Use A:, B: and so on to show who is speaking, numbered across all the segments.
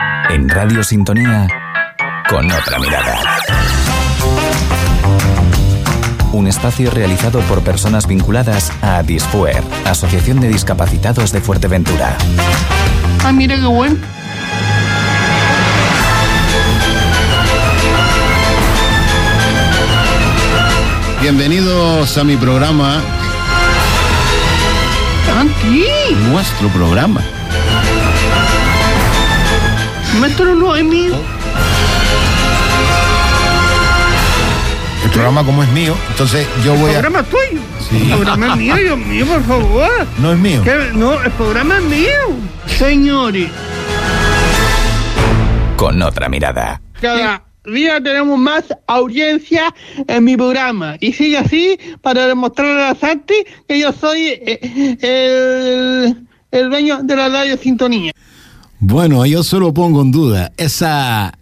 A: Radio Sintonía con otra mirada. Un espacio realizado por personas vinculadas a Disfuer, Asociación de Discapacitados de Fuerteventura.
B: Ah, mira qué bueno.
C: Bienvenidos a mi programa,
B: Santi,
C: nuestro programa.
B: mételo en
D: Oh,
B: mí.
C: El programa como es mío, entonces yo voy a...
B: Programa tuyo.
C: Sí.
B: Programa mío, Dios mío, por favor.
C: No es mío.
B: ¿Qué? No, el programa es mío. Señores,
A: Con otra mirada.
B: cada día tenemos más audiencia en mi programa. Y sigue así para demostrarle a Santi que yo soy eh, el, el dueño de la radio sintonía.
E: Bueno, yo solo pongo en duda esa.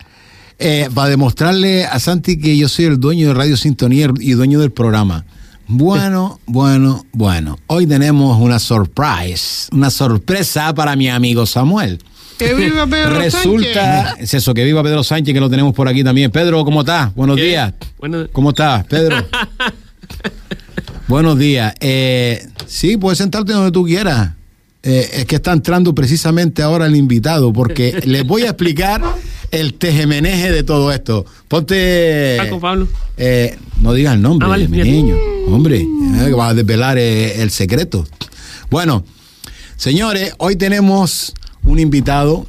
E: eh, para demostrarle a Santi que yo soy el dueño de Radio Sintonía y dueño del programa. Bueno, bueno, bueno. Hoy tenemos una surprise, una sorpresa para mi amigo Samuel.
B: Que viva Pedro
E: Resulta,
B: Sánchez.
E: es eso, que viva Pedro Sánchez, que lo tenemos por aquí también. Pedro, ¿cómo estás? Buenos
F: ¿Qué?
E: días.
F: Bueno-
E: ¿Cómo estás, Pedro? Buenos días. Eh, sí, puedes sentarte donde tú quieras. Eh, es que está entrando precisamente ahora el invitado, porque les voy a explicar el tejemeneje de todo esto. Ponte.
F: Paco, Pablo.
E: Eh, no digas el nombre,
F: Ah, vale,
E: mi
F: mira.
E: niño. Hombre, eh, que vas a desvelar eh, el secreto. Bueno, señores, hoy tenemos un invitado.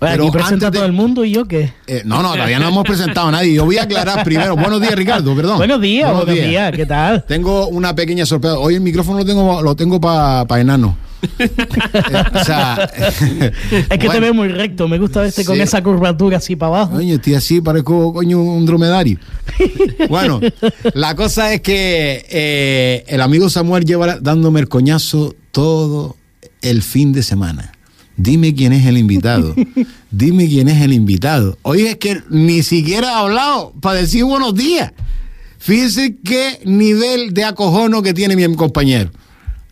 D: Bueno,
E: Pero
D: aquí presenta
E: antes de-
D: todo el mundo y yo qué.
E: Eh, no, no, todavía no hemos presentado a nadie. Yo voy a aclarar primero. Buenos días, Ricardo, perdón.
D: buenos días, buenos días. ¿qué tal?
E: Tengo una pequeña sorpresa. Hoy el micrófono lo tengo, lo tengo para enano. Eh, o sea,
D: Es que te
E: bueno.
D: veo muy recto, me gusta verte con
E: Sí.
D: esa curvatura así para abajo.
E: Coño, estoy así, parezco coño, un dromedario. Bueno, la cosa es que eh, el amigo Samuel lleva dándome el coñazo todo el fin de semana. Dime quién es el invitado. Dime quién es el invitado. Oye, es que ni siquiera ha hablado para decir buenos días. Fíjense qué nivel de acojono que tiene mi compañero.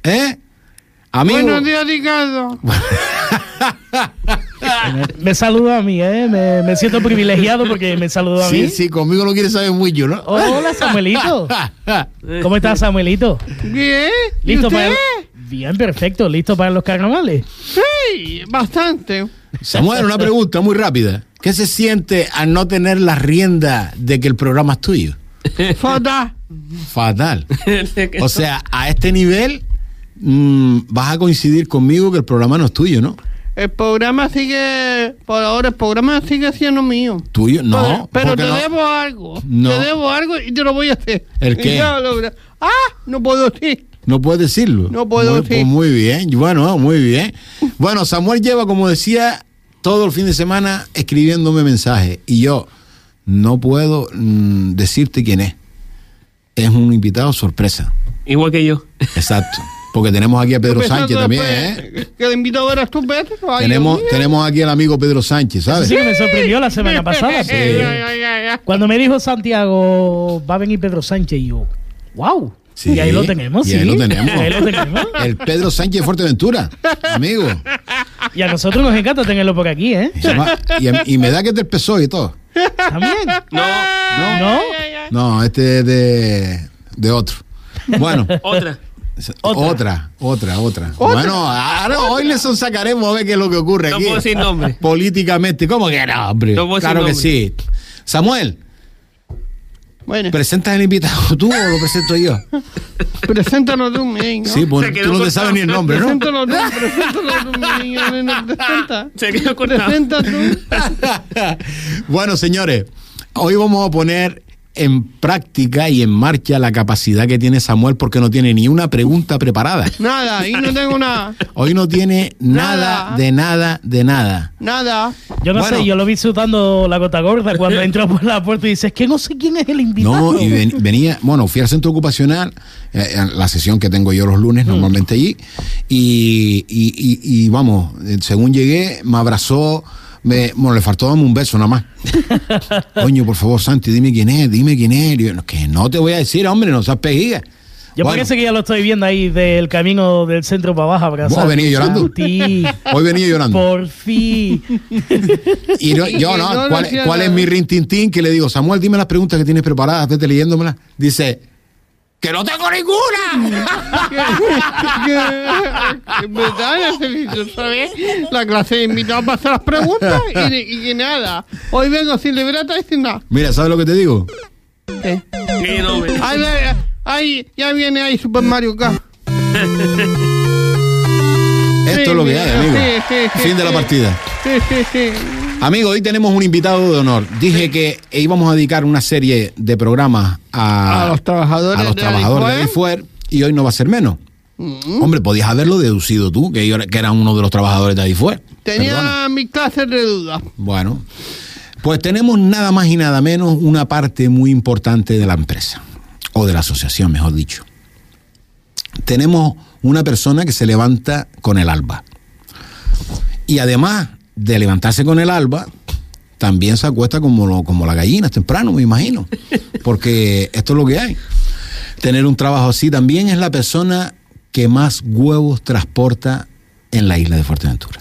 E: ¿Eh? Amigo.
B: Buenos días, Ricardo.
D: Me, Ah, me saluda a mí, ¿eh? Me, me siento privilegiado porque me saluda a mí.
E: Sí,
D: Oh,
E: sí, conmigo lo quiere saber mucho, ¿no?
D: Hola, Samuelito. ¿Cómo estás, Samuelito?
B: ¿Qué? ¿Y
D: ¿Listo para
B: usted?
D: el- Bien, perfecto. ¿Listo para los carnavales?
B: Sí, bastante.
E: Samuel, una pregunta muy rápida. ¿Qué se siente al no tener la rienda de que el programa es tuyo?
B: Fatal.
E: Fatal. O sea, a este nivel mm, vas a coincidir conmigo que el programa no es tuyo, ¿no?
B: El programa sigue, por ahora el programa sigue siendo mío.
E: Tuyo, no.
B: Pero- pero
E: porque
B: te
E: no.
B: debo algo.
E: No.
B: Te debo algo y te lo voy a hacer.
E: ¿El
B: Y
E: qué?
B: ya lo logré. ah, no puedo decir.
E: No puedes decirlo.
B: No puedo
E: muy,
B: decir.
E: pues Muy bien, bueno, muy bien. Bueno, Samuel lleva, como decía, todo el fin de semana escribiéndome mensajes y yo no puedo mm, decirte quién es. Es un invitado sorpresa.
F: Igual que yo.
E: Exacto. Porque tenemos aquí a Pedro Sánchez también, ¿eh?
B: Que el invitado eras tú, Pedro. Ay,
E: Tenemos,
B: Dios mío.
E: tenemos aquí al amigo Pedro Sánchez, ¿sabes?
D: Sí, que me sorprendió la semana pasada.
B: Sí.
D: porque Cuando me dijo Santiago, va a venir Pedro Sánchez y yo, wow.
E: Sí,
D: y ahí lo tenemos,
E: y
D: sí.
E: ahí lo tenemos.
D: Y ahí lo tenemos.
E: El Pedro Sánchez de Fuerteventura, amigo.
D: Y a nosotros nos encanta tenerlo por aquí, ¿eh?
E: Y, se llama- y- y me da que es del PSOE E y todo.
D: También.
F: No,
E: No,
D: ¿No?
E: no este es de, de otro. Bueno,
F: otra.
E: otra, otra, otra. Bueno, ahora hoy les sacaremos a ver qué es lo que ocurre
F: No
E: aquí.
F: puedo decir nombre.
E: Políticamente, ¿cómo que no, hombre?
F: No puedo decir
E: claro que
F: nombre.
E: sí. Samuel,
B: Bueno,
E: ¿presentas el invitado tú o lo presento yo?
B: preséntanos tú, mi niño.
E: Sí, pues
F: Se quedó
E: tú no te
F: cortado.
E: sabes ni el nombre, ¿no?
B: Preséntanos tú, preséntanos tú, mi niño. nena, Presenta.
F: Se quedó cortado.
B: Presenta tú.
E: bueno, señores, hoy vamos a poner en práctica y en marcha la capacidad que tiene Samuel porque no tiene ni una pregunta preparada.
B: Nada, ahí no tengo nada.
E: Hoy no tiene nada,
B: Nada.
E: de nada, de nada.
B: Nada.
D: Yo no
E: Bueno.
D: sé, yo lo vi sudando la gota gorda cuando entró por la puerta y dice, es que no sé quién es el invitado.
E: No, y ven- venía, bueno, fui al centro ocupacional, eh, a la sesión que tengo yo los lunes
B: Mm.
E: normalmente allí, y, y- y- y vamos, eh, según llegué, me abrazó, me, bueno, le faltó darme un beso nada más. Coño, por favor, Santi, dime quién es, dime quién es. Le digo, "No, que no te voy a decir, hombre, no seas pejiga.
D: Yo
E: Bueno.
D: parece que ya lo estoy viendo ahí del camino del centro para abajo. abrazar.
E: Vos venís llorando.
D: Santi,
E: Hoy venía llorando.
D: por fin.
E: Y no- yo no,
B: No, no
E: ¿cuál,
B: hacía
E: cuál es
B: nada.
E: mi rintintín? Que le digo, Samuel, dime las preguntas que tienes preparadas, vete leyéndomelas. Dice, que no tengo ninguna.
B: En verdad, ya se hizo, ¿sabes? La clase de invitados para hacer las preguntas y, y que nada. Hoy vengo sin libreta y sin nada.
E: Mira, ¿sabes lo que te digo?
F: Sí, no, me-
B: Ahí, ve- ahí, ya viene ahí Super Mario Kart.
E: Esto es lo que
B: mira,
E: hay, amigo.
B: sí, sí, sí,
E: fin de la
B: sí.
E: partida.
B: Sí, sí, sí.
E: Amigo, hoy tenemos un invitado de honor. Dije que íbamos a dedicar una serie de programas a,
B: A los trabajadores
E: a los
B: de Mm.
E: trabajadores de
B: Adifuer.
E: Adifuer, y hoy no va a ser menos. Hombre, podías haberlo deducido tú, que, yo, que era uno de los trabajadores de Adifuer. Perdona.
B: Tenía mis clases de dudas.
E: Bueno, pues tenemos nada más y nada menos una parte muy importante de la empresa, o de la asociación, mejor dicho. Tenemos una persona que se levanta con el alba. Y además de levantarse con el alba, también se acuesta como, lo- como la gallina, temprano, me imagino. Porque esto es lo que hay. Tener un trabajo así también es la persona que más huevos transporta en la isla de Fuerteventura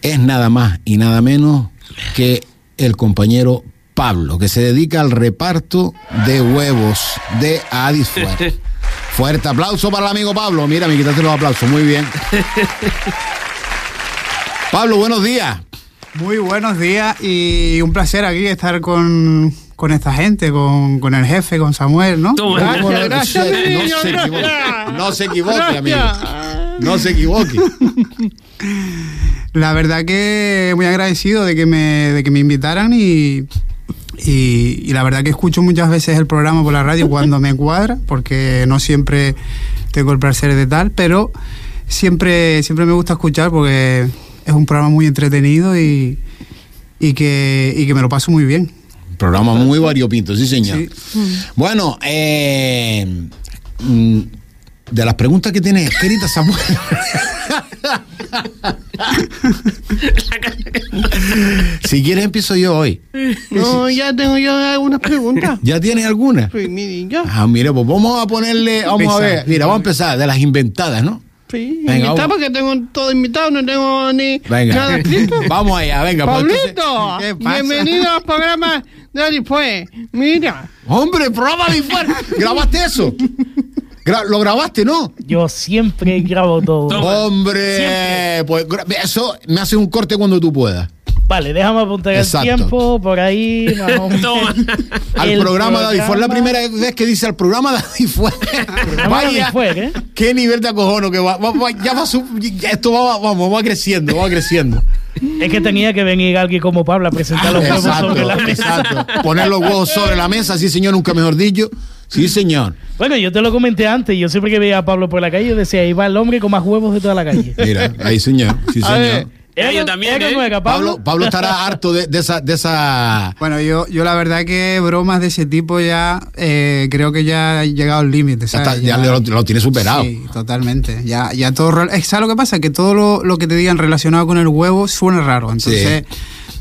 E: es nada más y nada menos que el compañero Pablo, que se dedica al reparto de huevos de Addis Fuerte. Fuerte aplauso para el amigo Pablo. Mira, me quitaste los aplausos. Muy bien. Pablo, buenos días.
G: Muy buenos días y un placer aquí estar con, con esta gente, con, con el jefe, con Samuel, ¿no?
F: Toma.
E: ¿Cómo no-
B: gracias,
E: no se-
B: niño,
E: no se equivoque.
B: gracias.
E: No se equivoque, amigo.
B: Gracias.
E: No se equivoque.
G: La verdad que muy agradecido de que me, de que me invitaran y, y, y la verdad que escucho muchas veces el programa por la radio cuando me cuadra, porque no siempre tengo el placer de tal, pero siempre, siempre me gusta escuchar porque es un programa muy entretenido y, y, que, y que me lo paso muy bien.
E: Programa muy variopinto, sí, señor.
G: Sí.
E: Bueno, eh, mm, de las preguntas que tiene escrita Samuel. si quieres, empiezo yo hoy.
B: No, ya tengo yo algunas preguntas.
E: ¿Ya tienes alguna?
B: Sí, mi niño.
E: Ah, mira, pues vamos a ponerle, vamos a ver. Mira, vamos a empezar de las inventadas, ¿no?
B: Sí,
E: Venga,
B: está
E: vamos.
B: porque tengo todo invitado, no tengo ni nada
E: Venga,
B: escrito.
E: vamos allá, venga. pues, entonces-
B: Pablito,
G: ¿Qué pasa?
B: bienvenido al programa de después. Mira,
E: hombre, programa de fuera. ¿Grabaste eso? Gra- ¿Lo grabaste, no?
D: Yo siempre grabo todo.
E: Hombre, pues gra- eso me hace un corte cuando tú puedas.
D: Vale, déjame apuntar
E: Exacto.
D: el tiempo por ahí. más o menos.
F: Toma.
E: Al
D: El
E: programa de Adifuer. Es la
D: programa-
E: primera vez que dice al programa de Adifuer.
D: Programa de Adifuer, ¿eh?
E: Qué nivel de acojono que va. va- va- ya va su- ya esto va, vamos, va creciendo, va creciendo.
D: Es que tenía que venir alguien como Pablo a presentar los huevos sobre la mesa.
E: Ah, exacto. Poner los huevos sobre la mesa, sí, señor, nunca mejor dicho. Sí, señor.
D: Bueno, yo te lo comenté antes. Yo siempre que veía a Pablo por la calle decía, ahí va el hombre con más huevos de toda la calle.
E: Mira, ahí, señor. Sí,
B: A ver.
E: señor.
F: Ya, Eh, yo
D: Era-
F: también,
D: era
F: ¿eh?
D: no era,
E: Pablo, Pablo estará harto de, de esa, de esa.
G: Bueno, yo, yo la verdad que bromas de ese tipo ya eh, creo que ya he llegado al
E: Ya,
G: límite, ¿sabes?
E: está- ya lo, lo tiene superado.
G: Sí, totalmente. Ya, ya todo. rel- es- ¿Sabes lo que pasa? Que todo lo, lo que te digan relacionado con el huevo suena raro. Entonces,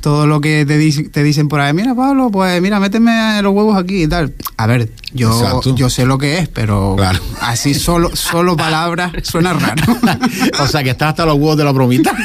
G: todo lo que te, dic- te dicen por ahí, mira, Pablo, pues mira, méteme los huevos aquí y tal. A ver, yo,
E: Exacto.
G: yo sé lo que es, pero
E: Claro.
G: así solo, solo palabras suena raro.
E: o sea, que está hasta los huevos de la bromita.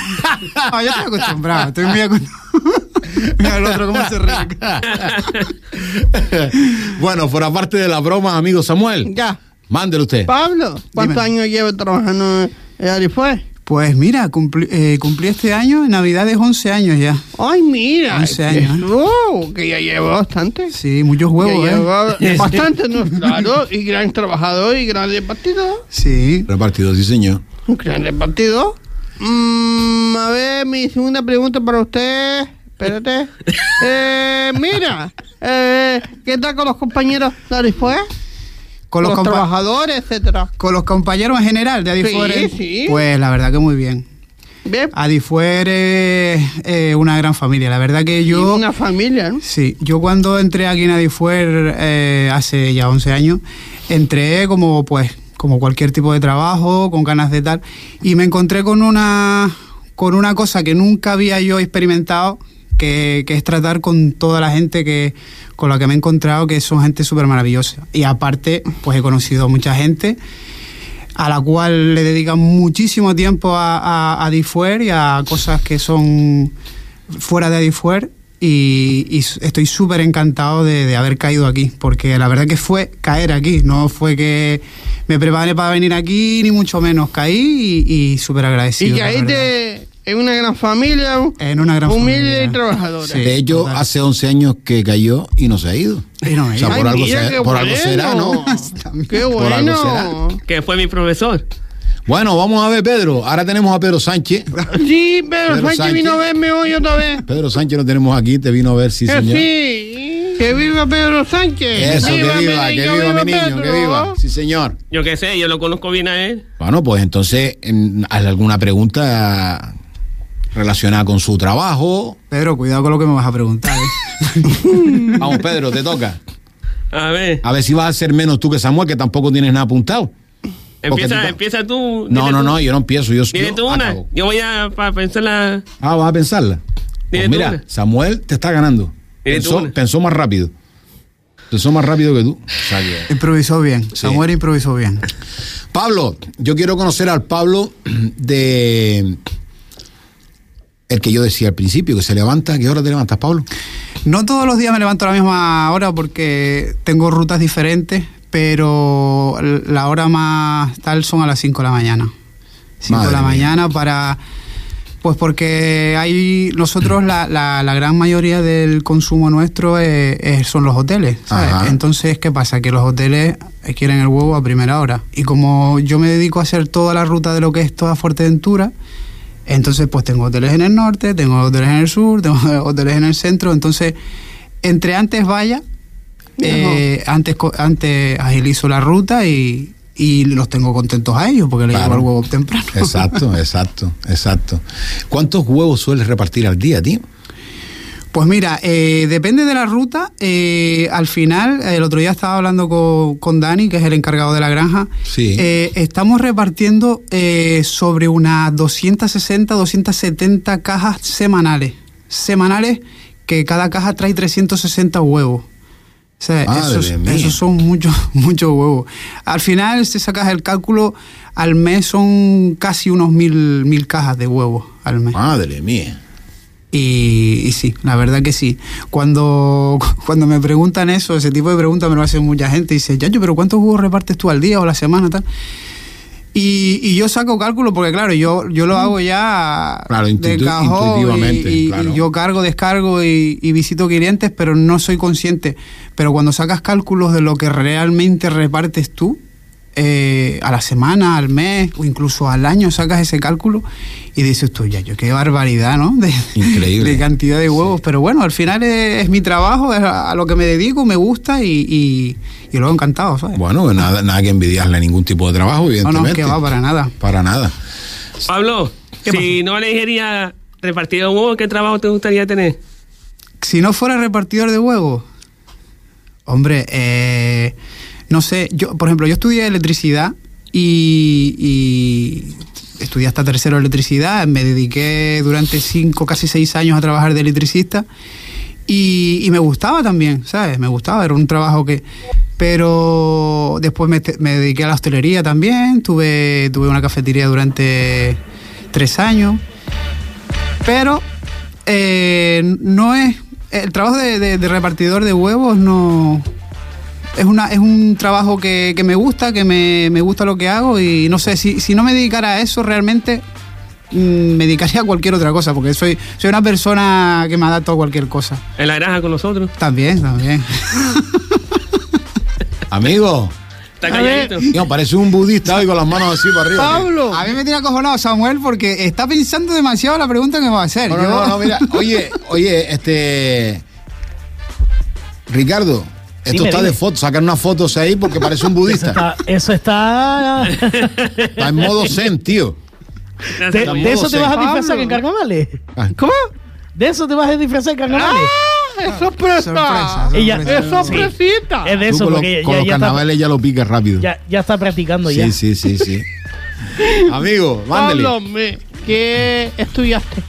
G: Ah, yo estoy acostumbrado, estoy muy acostumbrado. mira el otro cómo se ríe.
E: bueno, fuera parte de la broma, amigo Samuel.
B: ya.
E: Mándelo usted.
B: Pablo, ¿cuántos
G: Dime.
B: años llevas trabajando en después?
G: Pues mira, cumplí, eh, cumplí este año, en Navidades 11 años ya.
B: Ay, mira.
G: 11 años, ¿eh?
B: Jesús, que ya llevo bastante.
G: Sí, muchos huevos,
B: Ya
G: ¿eh?
B: llevo bastante, ¿no? claro. Y gran trabajador y gran repartido.
G: Sí.
E: Repartido, sí, señor.
B: Un gran repartido. Mm, a ver, mi segunda pregunta para usted. Espérate. Eh, mira, eh, ¿qué tal con los compañeros de después?
G: Con los, compa-
B: trabajadores, etcétera.
G: con los compañeros en general de Adifuere.
B: Sí, sí.
G: Pues la verdad que muy bien.
B: Bien.
G: Adifuere es eh, una gran familia. La verdad que
B: Y
G: yo...
B: una familia, ¿no?
G: Sí, yo cuando entré aquí en Adifuer eh, hace ya 11 años, entré como pues como cualquier tipo de trabajo, con ganas de tal, y me encontré con una con una cosa que nunca había yo experimentado, que, que es tratar con toda la gente que con la que me he encontrado, que son gente súper maravillosa. Y aparte, pues he conocido mucha gente a la cual le dedican muchísimo tiempo a, a, a Diffuer y a cosas que son fuera de Diffuer y, y estoy súper encantado de, de, haber caído aquí, porque la verdad que fue caer aquí, no fue que me preparé para venir aquí, ni mucho menos, caí y, y súper agradecido.
B: Y caíste en una gran familia,
E: Eh,
G: en una gran
B: humilde
G: familia.
B: y trabajadora. Sí,
E: de hecho, total. hace 11 años que cayó y no se ha ido.
G: No
E: o sea,
G: Ay,
E: por, algo,
B: mira,
E: se-
B: qué
E: por algo
B: bueno.
E: será, ¿no?
B: Qué
E: Por algo será.
B: bueno.
F: Que fue mi profesor.
E: Bueno, vamos a ver, Pedro. Ahora tenemos a Pedro Sánchez.
B: Sí, pero
E: Pedro
B: Sánchez,
E: Sánchez.
B: vino a verme hoy otra vez.
E: Pedro Sánchez lo tenemos aquí, te vino a ver, sí,
B: Que
E: señor.
B: sí, que viva Pedro Sánchez.
E: Eso, que viva,
B: mi
E: que
B: niño,
E: viva mi niño, que
B: Pedro.
E: viva. Sí, señor.
F: Yo qué sé, yo lo conozco bien a él.
E: Bueno, pues entonces, em, ¿hay alguna pregunta relacionada con su trabajo?
G: Pedro, cuidado con lo que me vas a preguntar. ¿eh?
E: Vamos, Pedro, te toca.
F: A ver,
E: A ver si vas a ser menos tú que Samuel, que tampoco tienes nada apuntado.
F: empieza
E: tú
F: tú,
E: ta-
F: empieza tú.
E: No,
F: dile
E: no,
F: tú-
E: no, yo no empiezo. Yo,
F: Dile
E: yo
F: tú una.
E: acabo.
F: Yo voy a para pensar la.
E: Ah, vas a pensarla. Pues
F: Dile tú
E: mira,
F: una.
E: Samuel te está ganando.
F: Dile tú
E: Pensó,
F: una.
E: pensó más rápido. Pensó más rápido que tú. O sea que-
G: improvisó bien, Samuel improvisó bien.
E: Pablo, yo quiero conocer al Pablo de. El que yo decía al principio, que se levanta. ¿A ¿Qué hora te levantas, Pablo?
G: No todos los días me levanto a la misma hora porque tengo rutas diferentes, pero la hora más tal son a las 5 de la mañana. 5 de
E: Madre
G: la
E: mía.
G: mañana para... Pues porque hay nosotros la, la- la gran mayoría del consumo nuestro es- es- son los hoteles. ¿sabes?
E: Ajá.
G: Entonces, ¿qué pasa? Que los hoteles quieren el huevo a primera hora. Y como yo me dedico a hacer toda la ruta de lo que es toda Fuerteventura, entonces, pues tengo hoteles en el norte, tengo hoteles en el sur, tengo hoteles en el centro. Entonces, entre antes vaya, eh, antes, co- antes agilizo la ruta y, y los tengo contentos a ellos porque les
E: Claro.
G: llevo el huevo temprano.
E: Exacto, exacto, exacto. ¿Cuántos huevos sueles repartir al día, tío?
G: Pues mira, eh, depende de la ruta. eh, al final, el otro día estaba hablando con, con Dani, que es el encargado de la granja.
E: Sí.
G: Eh, estamos repartiendo eh, sobre unas 260, 270 cajas semanales. Semanales que cada caja trae 360 huevos. O sea,
E: Madre
G: esos,
E: mía.
G: esos son muchos muchos huevos. Al final, si sacas el cálculo, al mes son casi unos mil, mil cajas de huevos al mes.
E: Madre mía.
G: Y, y sí, la verdad que sí. Cuando, cuando me preguntan eso, ese tipo de preguntas me lo hacen mucha gente. Y dice, Yacho, pero ¿cuántos jugos repartes tú al día o a la semana? Tal? Y, y yo saco cálculo porque, claro, yo, yo lo hago ya
E: Mm. Claro, intuitu- intuitivamente,
G: y, y-
E: claro.
G: y yo cargo, descargo y, y visito clientes, pero no soy consciente. Pero cuando sacas cálculos de lo que realmente repartes tú, eh, a la semana, al mes o incluso al año, sacas ese cálculo y dices tú, ya, yo qué barbaridad, ¿no? De-
E: Increíble.
G: de cantidad de huevos, pero bueno, al final es, es mi trabajo, es a, a lo que me dedico, me gusta y, y, y lo he encantado, ¿sabes?
E: Bueno, pues nada, nada que envidiarle a ningún tipo de trabajo,
G: no, no, es
E: evidentemente.
G: que va para nada.
E: Para nada.
F: Pablo, si no le dijería repartido huevo, ¿qué trabajo te gustaría tener?
G: Si no fuera repartidor de huevos, hombre, eh, no sé, yo, por ejemplo, yo estudié electricidad y, y estudié hasta tercero electricidad, me dediqué durante cinco, casi seis años a trabajar de electricista y, y me gustaba también, ¿sabes? Me gustaba, era un trabajo que... Pero después me, te- me dediqué a la hostelería también, tuve, tuve una cafetería durante tres años, pero eh, no es... El trabajo de, de- de repartidor de huevos no... Es, una, es un trabajo que, que me gusta, que me, me gusta lo que hago y no sé, si, si no me dedicara a eso realmente mm, me dedicaría a cualquier otra cosa, porque soy, soy una persona que me adapto a cualquier cosa.
F: En la granja con nosotros.
G: También, también.
E: Amigo,
F: Está calladito.
E: tío, parece un budista hoy con las manos así para arriba. tío.
B: Pablo,
G: A mí me tiene acojonado Samuel porque está pensando demasiado la pregunta que me va a hacer.
E: No, no,
G: Yo-
E: no, no, mira, oye, oye, este. Ricardo, esto
D: Dime,
E: está de
D: dime.
E: foto, sacar unas fotos ahí porque parece un budista.
D: Está- Ah, Eso está.
E: Está en modo zen, tío.
F: Gracias,
D: De,
F: ¿eh? Pablo.
D: de eso te vas a
B: Pablo.
D: disfrazar en carnavales.
E: Ah,
B: ¿cómo?
D: De eso te vas a disfrazar en carnavales.
B: Es sorpresa.
G: Sorpresa,
F: Ah,
D: Ella-
G: sorpresa.
B: Es sorpresita.
D: Es de
E: Tú
D: eso,
E: con, los-
D: porque
E: con
D: ya,
E: los
D: ya está,
E: carnavales ya lo picas rápido.
D: ya, ya está practicando ya.
E: sí, sí, sí, sí. Amigo, mándele.
B: Pablo, me- ¿qué estudiaste?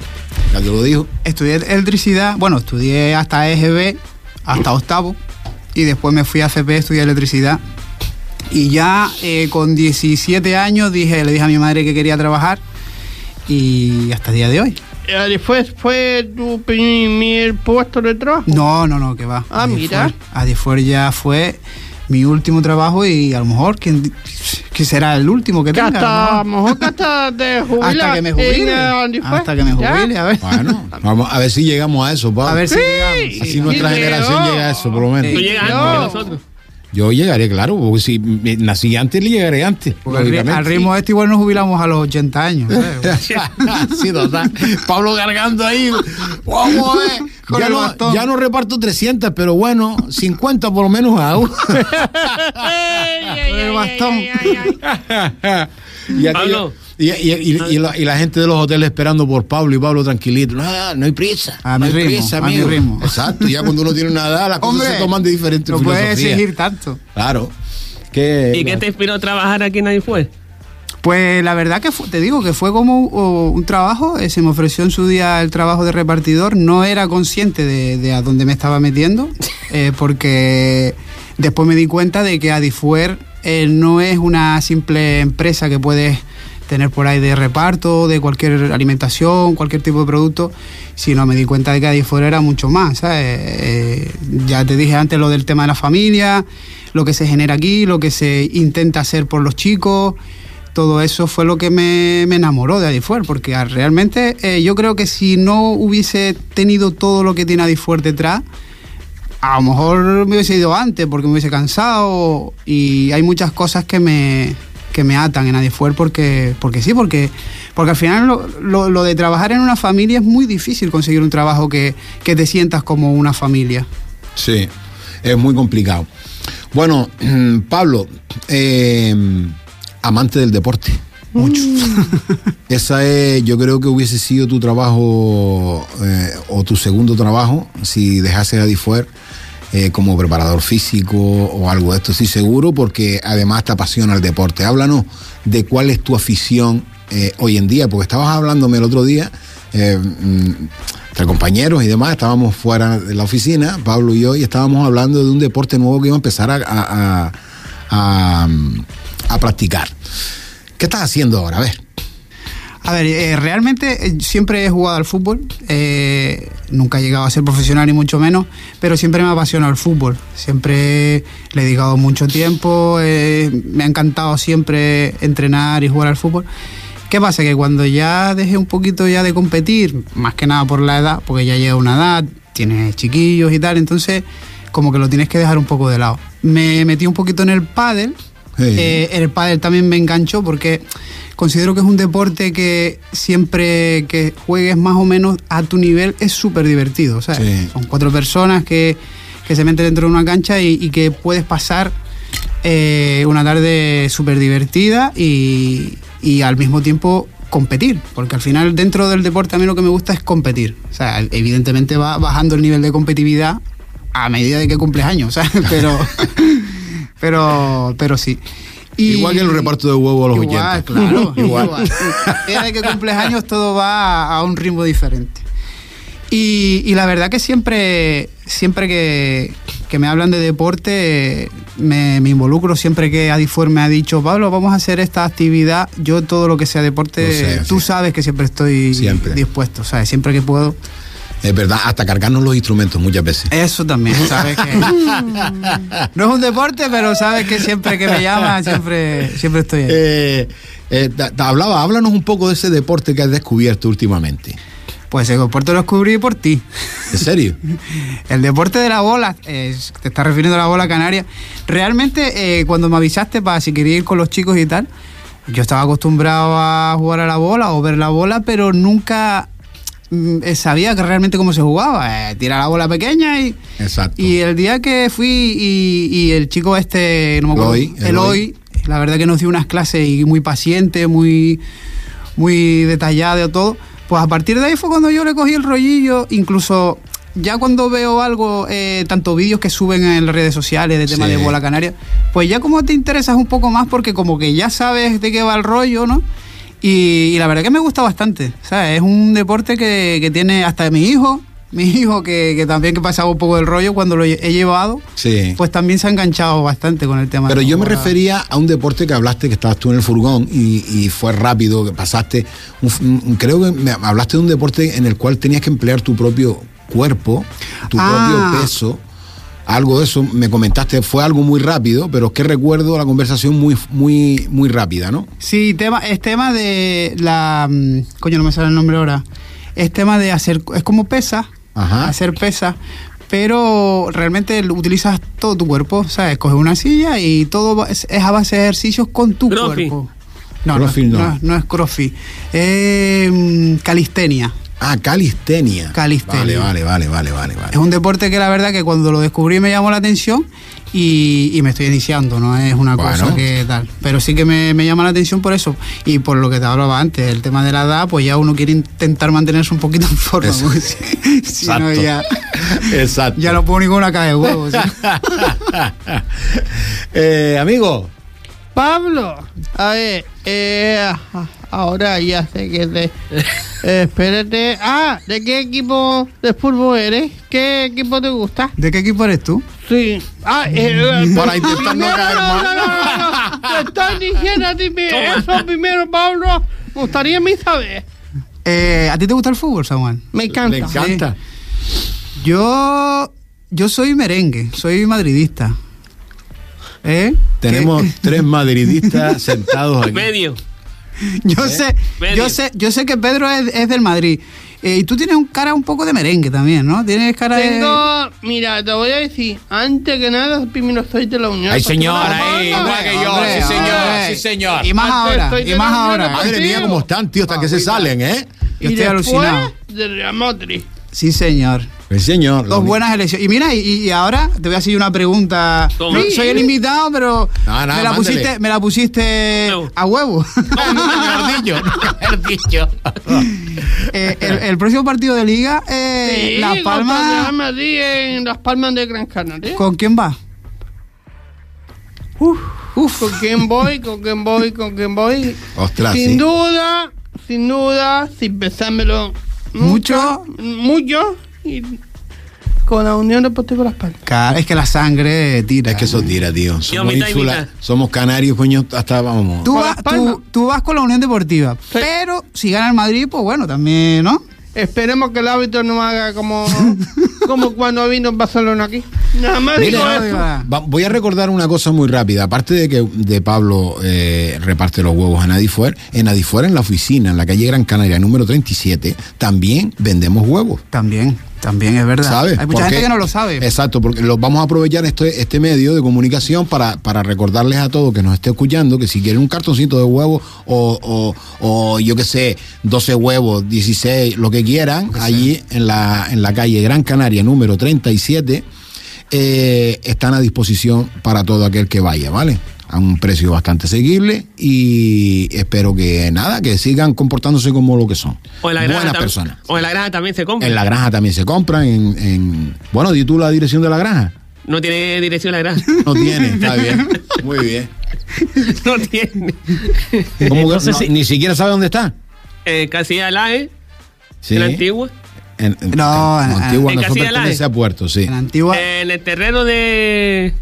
E: Ya te lo dijo.
G: Estudié electricidad, bueno, estudié hasta EGB, hasta octavo, y después me fui a CP, estudié electricidad. Y ya eh, con 17 años dije, le dije a mi madre que quería trabajar, y hasta el día de hoy.
B: Eh, Después fue tu primer puesto de trabajo.
G: No, no, no, que va.
B: Ah, mira.
G: Adifuer ya fue mi último trabajo y a lo mejor que, que será el último que
B: Que
G: tenga.
B: hasta, a
G: a
B: lo
G: lo
B: mejor que hasta te
G: mejor.
B: jubilas
G: Hasta que
B: en,
G: me jubile.
B: eh, Adifuer.
G: Hasta que me
B: ¿Ya?
G: jubile, a ver.
E: Bueno, vamos a ver si llegamos a eso, Pau.
G: A ver si
B: Sí.
G: llegamos.
E: Así nuestra
B: Sí,
E: generación
B: llegó.
E: llega a eso, por lo
F: Tú
E: menos.
G: Sí.
F: llegas
B: No.
F: antes que nosotros.
E: Yo llegaré, claro, porque si me- nací antes, le llegaré antes.
G: Porque al, ri- al ritmo este igual nos jubilamos a los 80 años. ¿sabes?
E: sí, total. Pablo cargando ahí. Vamos a ver.
G: Con
E: ya,
G: el
E: no,
G: bastón.
E: ya no reparto 300, pero bueno, 50 por lo menos hago.
G: Con el bastón.
E: y, aquello-
F: Pablo. Ah.
E: y, y- y- y la, y la gente de los hoteles esperando por Pablo y Pablo tranquilito. No, no hay prisa.
G: A
E: no
G: mi
E: hay
G: ritmo,
E: prisa,
G: a mi
E: amigo.
G: ritmo.
E: Exacto, ya cuando uno tiene una edad, las cosas se toman de diferente
G: no puedes
E: filosofía.
G: exigir tanto.
E: Claro. Que,
F: ¿Y qué te inspiró a trabajar aquí en Nadie Fue?
G: Pues la verdad que fue- te digo que fue como o, un trabajo, eh, se me ofreció en su día el trabajo de repartidor, no era consciente de, de a dónde me estaba metiendo, eh, porque después me di cuenta de que Adifuer eh, no es una simple empresa que puedes tener por ahí de reparto, de cualquier alimentación, cualquier tipo de producto, sino me di cuenta de que Adifuer era mucho más, ¿sabes? Eh, ya te dije antes lo del tema de la familia, lo que se genera aquí, lo que se intenta hacer por los chicos todo eso fue lo que me, me enamoró de Adifuer, porque ah, realmente eh, yo creo que si no hubiese tenido todo lo que tiene Adifuer detrás, a lo mejor me hubiese ido antes porque me hubiese cansado y hay muchas cosas que me, que me atan en Adifuer porque, porque sí, porque, porque al final lo, lo- lo de trabajar en una familia es muy difícil conseguir un trabajo que, que te sientas como una familia.
E: Sí, es muy complicado. Bueno, Pablo, eh, amante del deporte. Mucho. Esa es, yo creo que hubiese sido tu trabajo eh, o tu segundo trabajo si dejases a Difuer eh, como preparador físico o algo de esto. Sí, seguro, porque además te apasiona el deporte. Háblanos de cuál es tu afición eh, hoy en día, porque estabas hablándome el otro día, eh, mm, entre compañeros y demás, estábamos fuera de la oficina, Pablo y yo, y estábamos hablando de un deporte nuevo que iba a empezar a, a- a- a, mm, a practicar. ¿Qué estás haciendo ahora? A ver.
G: A ver, eh, realmente eh, siempre he jugado al fútbol, eh, nunca he llegado a ser profesional ni mucho menos, pero siempre me ha apasionado el fútbol, siempre le he dedicado mucho tiempo, eh, me ha encantado siempre entrenar y jugar al fútbol. ¿Qué pasa? Que cuando ya dejé un poquito ya de competir, más que nada por la edad, porque ya llega una edad, tienes chiquillos y tal, entonces como que lo tienes que dejar un poco de lado. Me metí un poquito en el pádel,
E: Sí.
G: eh, eh, el pádel también me enganchó porque considero que es un deporte que siempre que juegues más o menos a tu nivel es súper divertido. ¿sabes?
E: Sí.
G: Son cuatro personas que, que se meten dentro de una cancha y, y que puedes pasar eh, una tarde súper divertida y, y al mismo tiempo competir, porque al final dentro del deporte a mí lo que me gusta es competir. O sea, evidentemente va bajando el nivel de competitividad a medida de que cumples años, ¿sabes? pero pero pero sí. Y-
E: Igual que el reparto de huevo a los 80.
G: Igual, claro.
E: Igual.
G: igual. Cada vez que cumples años todo va a, a un ritmo diferente. Y, y la verdad que siempre, siempre que, que me hablan de deporte, me, me involucro. Siempre que Adifuer me ha dicho, Pablo, vamos a hacer esta actividad, yo todo lo que sea deporte,
E: Lo sé,
G: tú
E: sí.
G: sabes que siempre estoy
E: Siempre.
G: dispuesto, ¿sabes? Siempre que puedo.
E: Es verdad, hasta cargarnos los instrumentos muchas veces.
G: Eso también, sabes que. no es un deporte, pero sabes que siempre que me llaman, siempre, siempre estoy ahí.
E: Eh, eh, ta- ta- hablaba, háblanos un poco de ese deporte que has descubierto últimamente.
G: Pues el deporte lo descubrí por ti.
E: ¿En serio?
G: El deporte de la bola, eh, te estás refiriendo a la bola canaria. Realmente, eh, cuando me avisaste para si quería ir con los chicos y tal, yo estaba acostumbrado a jugar a la bola o ver la bola, pero nunca mm, eh, sabía que realmente cómo se jugaba. Eh, tira la bola pequeña y.
E: Exacto.
G: Y eh, el día que fui y, y el chico este, no me acuerdo,
E: Eloy,
G: Eloy,
E: Eloy.
G: la verdad que nos dio unas clases y muy paciente, muy, muy detallado todo. Pues a partir de ahí fue cuando yo le cogí el rollillo, incluso ya cuando veo algo, eh, tanto vídeos que suben en las redes sociales de tema
E: Sí.
G: de bola canaria, pues ya como te interesas un poco más porque como que ya sabes de qué va el rollo, ¿no? Y, y la verdad que me gusta bastante. O sea, es un deporte que, que tiene hasta mi hijo, mi hijo que, que también que pasaba un poco del rollo cuando lo he llevado,
E: Sí.
G: pues también se ha enganchado bastante con el tema.
E: Pero
G: de la
E: yo me
G: jugada.
E: refería a un deporte que hablaste, que estabas tú en el furgón y, y fue rápido, que pasaste. un f- un- creo que me hablaste de un deporte en el cual tenías que emplear tu propio cuerpo, tu
G: Ah.
E: propio peso. Algo de eso me comentaste, fue algo muy rápido, pero es que recuerdo la conversación muy, muy, muy rápida, ¿no?
G: Sí, tema, es tema de la. mm, Coño, no me sale el nombre ahora. Es tema de hacer. Es como pesa.
E: Ajá.
G: Hacer pesa. Pero realmente lo utilizas todo tu cuerpo. ¿Sabes? Coges una silla y todo va- es, es a base de ejercicios con tu
F: Crossfit.
G: cuerpo. No,
E: Crossfit no.
G: no. No, no es crossfit. Eh, mm, calistenia.
E: Ah, calistenia.
G: Calistenia.
E: Vale, vale, vale, vale, vale. vale.
G: Es un deporte que la verdad que cuando lo descubrí me llamó la atención y, y me estoy iniciando, no es una
E: Bueno.
G: cosa que tal. Pero sí que me, me llama la atención por eso y por lo que te hablaba antes, el tema de la edad, pues ya uno quiere intentar mantenerse un poquito en forma.
E: Eso.
G: porque si- si no
E: Exacto.
G: ya,
E: Exacto.
G: ya no puedo ni con una caja de huevos. ¿sí?
E: Eh, amigo,
B: Pablo, a ver, eh, a- ahora ya sé que te. eh, espérate. Ah, ¿de qué equipo de fútbol eres? ¿Qué equipo te gusta?
G: ¿De qué equipo eres tú?
B: Sí. Ah, eh, eh,
E: Para intentar no caer mal.
B: No, no, no, no. Te estoy diciendo a ti mismo. eso primero, Pablo. Me gustaría a mí saber.
G: Eh, ¿A ti te gusta el fútbol, Samuel?
B: Me
E: le
B: encanta.
E: encanta.
G: Yo, yo soy merengue, soy madridista. ¿Eh?
E: Tenemos tres madridistas sentados aquí.
F: Medio.
H: ¿Eh?
G: Yo sé,
F: Medio.
G: yo sé, yo sé que Pedro es, es del Madrid. Eh, y tú tienes un cara un poco de merengue también, ¿no? Tienes cara de.
B: Tengo, mira, te voy a decir, antes que nada, primero soy de la Unión.
H: Ay, señor, ahí,
B: Deportiva
H: igual que yo,
B: Barcelona.
H: sí, señor, sí,
G: hombre.
H: señor.
G: Y más
B: Antes
G: ahora,
B: estoy
G: y más
B: teniendo
G: ahora.
B: una
E: Madre mía, cómo están, tío, hasta que se salen, ¿eh?
G: Yo
B: y
G: estoy
B: después,
G: alucinado.
B: de Real Madrid.
G: Sí, señor.
E: El señor.
G: Dos buenas elecciones. Y mira, y, y ahora te voy a hacer una pregunta.
F: Toma.
G: No, soy el invitado, pero
E: No, no,
G: me, la
E: mándale.
G: pusiste, me la pusiste
F: No.
G: a huevo.
H: Mejor dicho, mejor dicho.
G: Eh, el, el próximo partido de liga, eh,
B: Sí, pues,
G: Las
B: contra el Real
G: Palmas.
B: Madrid en Las Palmas de Gran Canaria.
G: ¿Con quién va?
B: ¿Con quién voy? ¿Con quién voy? ¿Con quién voy?
E: Ostras,
B: sin
E: sí.
B: duda, sin duda, sin pensármelo
G: ¿Mucho?
B: mucho, y con la Unión Deportiva Las Palmas.
G: Cara, Es que la sangre tira.
E: Es que eso tira, tío. Somos
F: mitad y
E: ínsulas,
F: mitad.
E: somos canarios, coño, hasta vamos.
G: Tú
B: Con
G: vas,
B: Las Palmas.
G: tú, tú vas con la Unión Deportiva, pero si gana el Madrid, pues bueno, también, ¿no?
B: Esperemos que el hábito no haga como, como cuando vino en Barcelona aquí. Nada más
E: Mira,
B: digo
G: no,
B: eso.
G: digo, ah,
E: Va- voy a recordar una cosa muy rápida. Aparte de que de Pablo eh, reparte los huevos a Nadifuer, en Nadifuer, en la oficina, en la calle Gran Canaria, número 37, también vendemos huevos.
G: También, también es verdad.
E: ¿Sabes?
G: Hay mucha
E: Porque-
G: gente que no lo sabe.
E: Exacto, porque los vamos a aprovechar este, este medio de comunicación para, para recordarles a todos que nos esté escuchando que si quieren un cartoncito de huevos o, o- o yo qué sé, 12 huevos, 16, lo que quieran, allí en la, en la calle Gran Canaria número 37, eh, están a disposición para todo aquel que vaya, ¿vale? A un precio bastante seguible y espero que nada, que sigan comportándose como lo que son.
F: O en la granja.
E: Buenas
F: tam-
E: personas.
F: O en la granja también se compra.
E: En la granja también se compran. En, en- Bueno, di tú la dirección de la granja.
F: No tiene dirección la granja.
E: No tiene, está bien. Muy bien.
F: no tiene.
E: ¿Cómo que
D: Entonces,
E: no-
D: sí.
E: Ni siquiera sabe dónde está.
F: Eh, Casilla Laje,
E: Sí.
F: en la antigua.
E: En, en-
G: No,
E: en
G: en-
E: Antigua
F: en
E: no
F: Castilla y
E: pertenece
F: León.
E: a Puerto, sí.
G: En la antigua.
F: En el terreno de.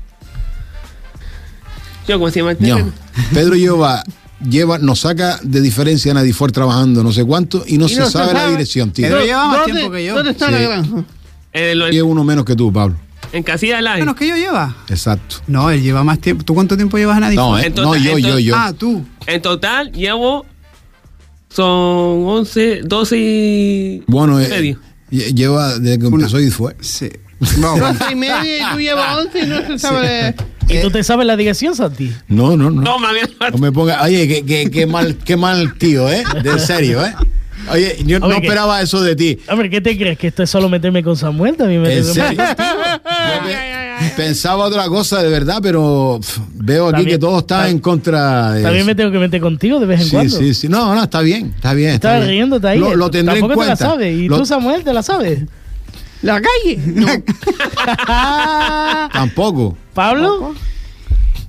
F: Yo, ¿cómo se llama el terreno?
E: No. Pedro lleva, lleva, nos saca de diferencia a Nadifor trabajando no sé cuánto y no se sabe la dirección, tío.
G: Pedro
B: ¿Dó-
G: lleva más
B: dónde-
G: tiempo que yo.
B: ¿Dónde está la
E: Sí.
B: granja?
F: En, lo-
E: Lleva uno menos que tú, Pablo.
F: en Casilla Laje.
G: menos que yo lleva.
E: Exacto.
G: No, él lleva más tiempo. ¿Tú cuánto tiempo llevas en Adif?
E: No, eh,
F: Entonces-
E: no yo, yo,
F: entonces-
E: yo.
G: Ah, tú.
F: En total, llevo. Son 11, 12 y.
E: bueno, eh,
F: medio.
E: lle- lleva desde que empezó y fue.
G: Sí. No, bueno.
B: Doce Oh, y media y tú llevas once y no se sabe.
D: ¿Y tú
E: Eh.
D: te sabes la dirección, Santi?
E: No, no, no.
F: Toma, mira.
E: No me ponga, oye, qué, qué- qué mal, qué mal tío, ¿eh? De serio, ¿eh? Oye, yo no
D: Oye, ¿qué?
E: esperaba eso de ti.
D: Hombre, ¿qué te crees? ¿Que esto es solo meterme con Samuel? También me
E: En
D: tengo-
E: serio. Yo pe- Pensaba otra cosa de verdad, pero pf, veo aquí
D: También-
E: que todo está
D: tam-
E: en contra de
D: También
E: eso.
D: me tengo que meter contigo de vez en
E: Sí,
D: cuando.
E: sí, sí. No, no, está bien, está bien. Está
D: Estaba
E: bien.
D: riéndote ahí. eh,
E: Lo, lo tendré en
D: Tampoco
E: cuenta.
D: te la sabes. ¿Y
E: Lo-
D: tú, Samuel, te la sabes?
B: ¿La calle? No.
E: Ah, tampoco.
D: ¿Pablo?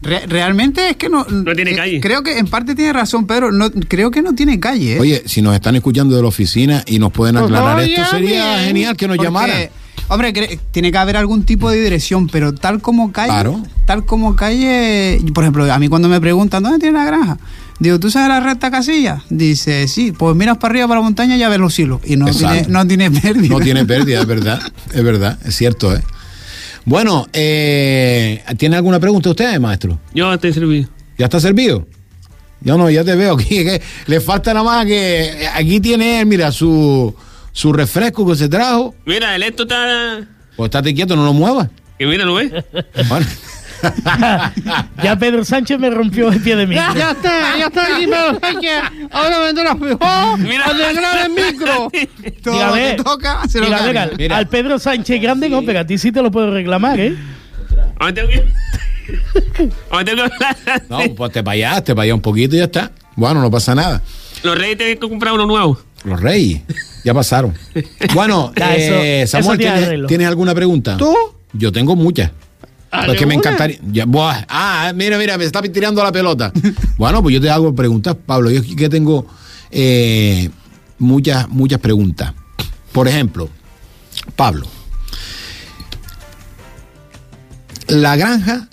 G: Re- realmente es que no.
F: No tiene
G: eh,
F: calle.
G: Creo que en parte tiene razón, Pedro. No, creo que no tiene calle. ¿eh?
E: Oye, si nos están escuchando de la oficina y nos pueden
B: Pues no
E: aclarar esto, sería
B: llamen.
E: genial que nos
G: Porque,
E: llamaran.
G: Hombre, cre- tiene que haber algún tipo de dirección, pero tal como calle,
E: Claro.
G: tal como calle, por ejemplo, a mí cuando me preguntan dónde tiene la granja, digo, ¿tú sabes la recta casilla? Dice, sí, pues miras para arriba, para la montaña, ya ves los hilos. Y no
E: Exacto.
G: tiene, no tiene pérdida.
E: No tiene pérdida, es verdad, es verdad, es cierto, ¿eh? Bueno, eh, ¿tiene alguna pregunta usted, maestro?
F: Yo te serví.
E: ¿Ya está servido? Yo no, ya te veo aquí. que le falta nada más que. Aquí tiene él, mira, su, su refresco que se trajo.
F: Mira, el esto está.
E: Pues estate quieto, no lo muevas.
F: Que mira, ¿lo ves?
E: Bueno.
D: Ya Pedro Sánchez me rompió el pie de mí.
B: Ya está, ya está aquí, Pedro Sánchez. Ahora vendo las fijó,
F: Mira.
B: o de grave micro.
G: Todo
D: Mira,
G: lo
D: ve.
G: que toca, se
D: Y
G: lo
D: la
G: carga.
D: legal, al Pedro Sánchez grande, no, pero a ti sí te lo puedo reclamar, ¿eh?
F: Ahora tengo que. Ahora tengo que hablar.
E: No, pues te payas, te payas un poquito y ya está. Bueno, no pasa nada.
F: Los reyes tienen que comprar uno nuevo.
E: Los reyes, ya pasaron. Bueno,
D: Ya, eso-
E: eh,
D: eso
E: Samuel,
D: tiene
E: ¿tienes,
D: arreglo. Ah,
E: tienes alguna pregunta?
B: ¿Tú?
E: Yo tengo muchas. Pues que
B: ¿Alguna?
E: me encantaría. ya, buah, ah, mira, mira, me está tirando la pelota. bueno, pues yo te hago preguntas, Pablo. Yo aquí que tengo eh, muchas, muchas preguntas. Por ejemplo, Pablo. La granja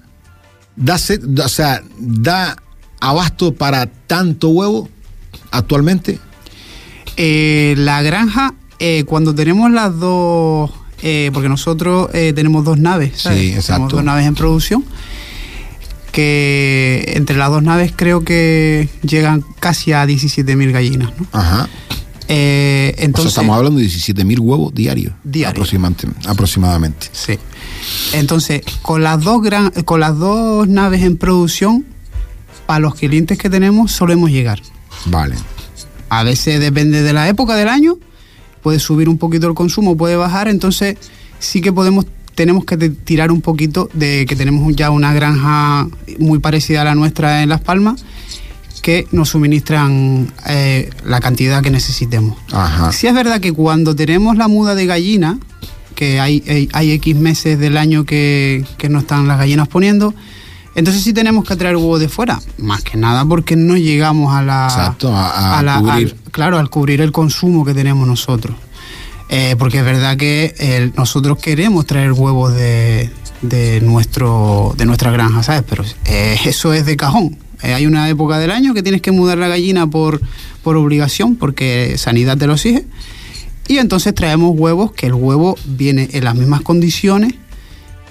E: da, se- da- o sea, da abasto para tanto huevo actualmente.
G: Eh, la granja, eh, cuando tenemos las dos, eh, porque nosotros eh, tenemos dos naves, ¿sabes?
E: Sí, exacto.
G: Tenemos dos naves en producción, que entre las dos naves creo que llegan casi a 17.000 gallinas, ¿no?
E: Ajá.
G: Eh,
E: O sea,
G: entonces,
E: estamos hablando de 17 mil huevos diarios.
G: Diario.
E: Aproximante- aproximadamente.
G: sí. Entonces, con las dos gran, con las dos naves en producción, para los clientes que tenemos solemos llegar.
E: Vale.
G: A veces depende de la época del año, puede subir un poquito el consumo, puede bajar, entonces sí que podemos tenemos que te- tirar un poquito de que tenemos ya una granja muy parecida a la nuestra en Las Palmas que nos suministran eh, la cantidad que necesitemos.
E: Ajá.
G: Sí es verdad que cuando tenemos la muda de gallina, que hay, hay, hay X meses del año que, que no están las gallinas poniendo, entonces sí tenemos que traer huevos de fuera, más que nada porque no llegamos a la...
E: Exacto, a- a cubrir.
G: al- claro, al cubrir el consumo que tenemos nosotros. Eh, porque es verdad que eh, nosotros queremos traer huevos de, de nuestro, de nuestra granja, ¿sabes? Pero eh, eso es de cajón. Eh, hay una época del año que tienes que mudar la gallina por, por obligación, porque sanidad te lo exige. Y entonces traemos huevos que el huevo viene en las mismas condiciones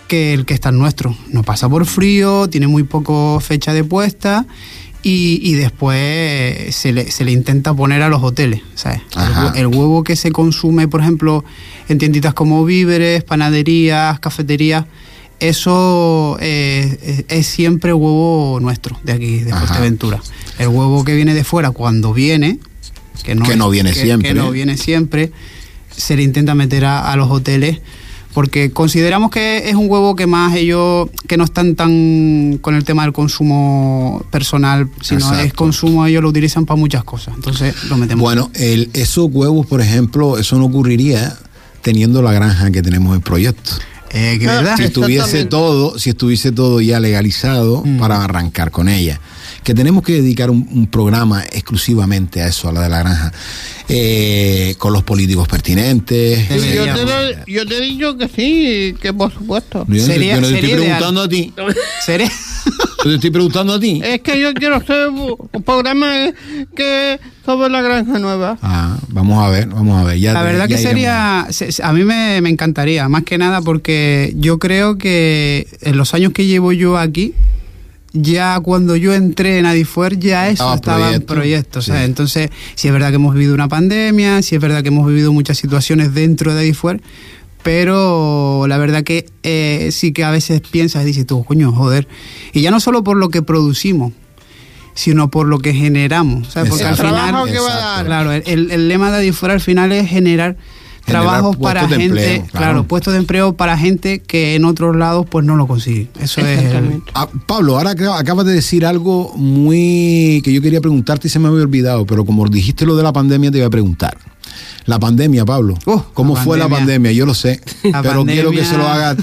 G: que el que está el nuestro. No pasa por frío, tiene muy poco fecha de puesta y, y después eh, se le, se le intenta poner a los hoteles, ¿sabes? El
E: Ajá.
G: hue- El, huevo que se consume, por ejemplo, en tienditas como víveres, panaderías, cafeterías, eso eh, es, es siempre huevo nuestro de aquí, de
E: Ajá.
G: Fuerteventura. El huevo que viene de fuera cuando viene, que no,
E: Que no viene siempre.
G: que no viene siempre, se le intenta meter a, a los hoteles porque consideramos que es un huevo que más ellos que no están tan con el tema del consumo personal sino es
E: Exacto.
G: consumo ellos lo utilizan para muchas cosas entonces lo metemos
E: Bueno, el- esos huevos, por ejemplo, eso no ocurriría teniendo la granja que tenemos en proyecto.
G: Eh, que verdad
E: Si estuviese todo, si estuviese todo ya legalizado
G: Mm.
E: para arrancar con ella. Que tenemos que dedicar un, un programa exclusivamente a eso, a la de la granja, eh, con los políticos pertinentes. Eh,
B: Y Yo te,
G: Deberíamos.
B: lo- yo te he dicho que sí, que por supuesto.
E: Yo no te-
G: Sería-
E: yo no te
G: sería
E: estoy
G: ideal.
E: preguntando a ti.
G: Seré-
E: Yo te estoy preguntando a ti.
B: Es que yo quiero hacer un un programa que sobre la granja nueva.
E: Ah, vamos a ver, vamos a ver. Ya
G: la
E: te-
G: verdad
E: ya
G: que
E: iremos.
G: sería se- se- a mí me, me encantaría más que nada porque yo creo que en los años que llevo yo aquí ya cuando yo entré en Adifuer ya eso
E: Estaba
G: estaba en
E: proyecto.
G: proyecto. o sea,
E: Sí.
G: Entonces, si es verdad que hemos vivido una pandemia, si es verdad que hemos vivido muchas situaciones dentro de Adifuer, pero la verdad que eh, sí que a veces piensas y dices tú, coño, joder. Y ya no solo por lo que producimos, sino por lo que generamos. ¿sabes? Porque al
E: Exacto.
G: final,
B: trabajo que va a
E: Exacto.
B: dar.
G: Claro, el- el, el lema de Adifuera al final es generar, trabajos
E: puestos
G: para
E: de
G: gente,
E: empleo,
G: claro.
E: claro.
G: puestos de empleo para gente que en otros lados pues no lo consigue. Eso es el,
B: Exactamente.
E: Ah, Pablo, ahora acá- acabas de decir algo muy que yo quería preguntarte y se me había olvidado, pero como dijiste lo de la pandemia, te iba a preguntar. La pandemia, Pablo.
G: Uh,
E: ¿Cómo
G: la
E: fue la
G: pandemia.
E: pandemia? Yo lo sé,
G: La
E: pero quiero que
G: pandemia.
E: se lo haga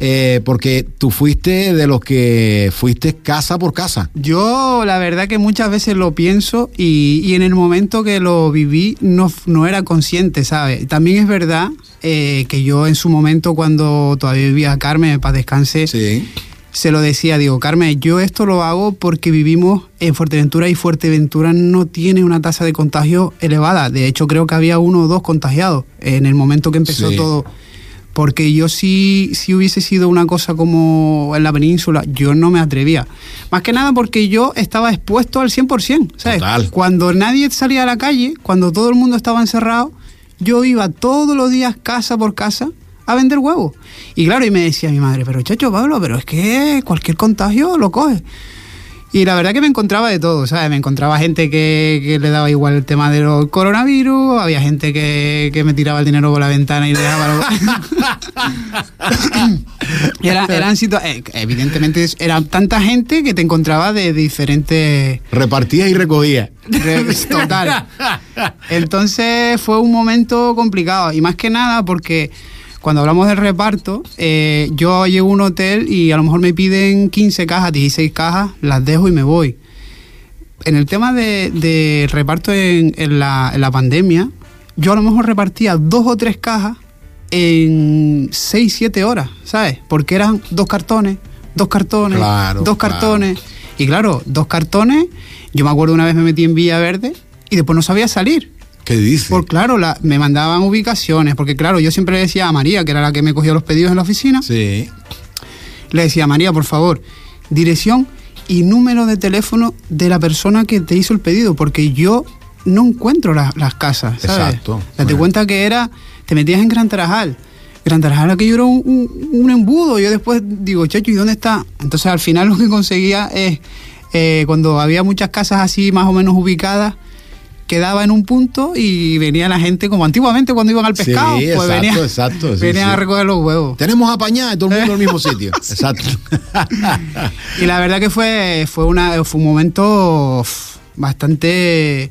E: eh, porque tú fuiste de los que fuiste casa por casa.
G: Yo la verdad que muchas veces lo pienso y, y en el momento que lo viví no, f- no era consciente, ¿sabes? También es verdad eh, que yo en su momento cuando todavía vivía a Carmen, para descanse,
E: Sí.
G: se lo decía, digo, Carmen, yo esto lo hago porque vivimos en Fuerteventura y Fuerteventura no tiene una tasa de contagio elevada. De hecho, creo que había uno o dos contagiados en el momento que empezó
E: Sí.
G: todo. Porque yo sí, si hubiese sido una cosa como en la península, yo no me atrevía. Más que nada porque yo estaba expuesto al 100%. ¿sabes?
E: Total.
G: Cuando nadie salía a la calle, cuando todo el mundo estaba encerrado, yo iba todos los días casa por casa a vender huevos. Y claro, y me decía mi madre, pero chacho Pablo, pero es que cualquier contagio lo coge. Y la verdad que me encontraba de todo, ¿sabes? Me encontraba gente que, que le daba igual el tema del coronavirus, había gente que, que me tiraba el dinero por la ventana y le daba... lo- Y era- eran situa- eh, evidentemente era tanta gente que te encontraba de diferentes...
E: Repartía y recogía.
G: Re- Total. Entonces fue un momento complicado y más que nada porque cuando hablamos de reparto, eh, yo llego a un hotel y a lo mejor me piden 15 cajas, 16 cajas, las dejo y me voy. En el tema de, de reparto en, en la, en la pandemia, yo a lo mejor repartía dos o tres cajas en 6, 7 horas, ¿sabes? Porque eran dos cartones, dos cartones,
E: Claro,
G: dos
E: claro.
G: cartones. Y claro, dos cartones. Yo me acuerdo una vez me metí en Villaverde y después no sabía salir.
E: ¿Qué dices?
G: Por claro, la- me mandaban ubicaciones, porque claro, yo siempre le decía a María, que era la que me cogía los pedidos en la oficina,
E: Sí.
G: le decía, María, por favor, dirección y número de teléfono de la persona que te hizo el pedido, porque yo no encuentro la- las casas. ¿sabes?
E: Exacto.
G: Date
E: Bueno.
G: cuenta que era, te metías en Gran Tarajal. Gran Tarajal aquello era un, un- un embudo. Yo después digo, chacho, ¿y dónde está? Entonces al final lo que conseguía es, eh, cuando había muchas casas así más o menos ubicadas, quedaba en un punto y venía la gente como antiguamente cuando iban al
E: Sí,
G: pescado. pues
E: exacto,
G: venía-
E: exacto, sí,
G: venían
E: sí.
G: a recoger los huevos.
E: Tenemos apañada y todo el mundo en el mismo sitio. Exacto.
G: Y la verdad que fue, fue, una, fue un momento uf, bastante...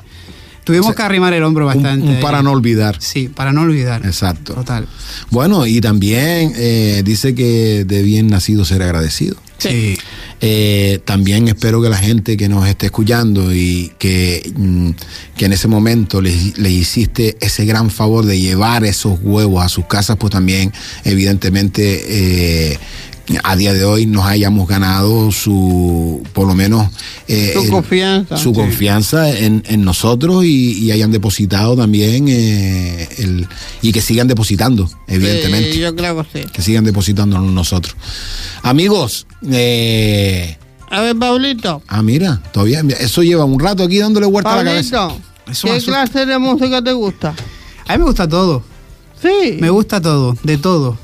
G: Tuvimos que arrimar el hombro
E: Un-
G: bastante.
E: un para no olvidar.
G: Sí, para no olvidar.
E: Exacto.
G: Total.
E: Bueno, y también eh, dice que de bien nacido ser agradecido.
G: Sí.
E: Eh, también espero que la gente que nos esté escuchando y que, mm, que en ese momento les, les hiciste ese gran favor de llevar esos huevos a sus casas, pues también evidentemente eh, a día de hoy nos hayamos ganado su, por lo menos... eh,
B: Su confianza.
E: Su
B: Sí.
E: confianza en, en nosotros y, y hayan depositado también eh, el, y que sigan depositando, evidentemente
B: Sí, yo creo que sí.
E: que sigan depositándonos nosotros. Amigos, eh,
B: A ver, Pablito.
E: ah, mira, todavía eso lleva un rato aquí dándole vuelta a la cabeza.
B: Pablito,
G: Eso me
B: ¿qué
G: asusta.
B: clase de música te gusta?
G: A mí me gusta todo.
B: Sí.
G: Me gusta todo, de todo.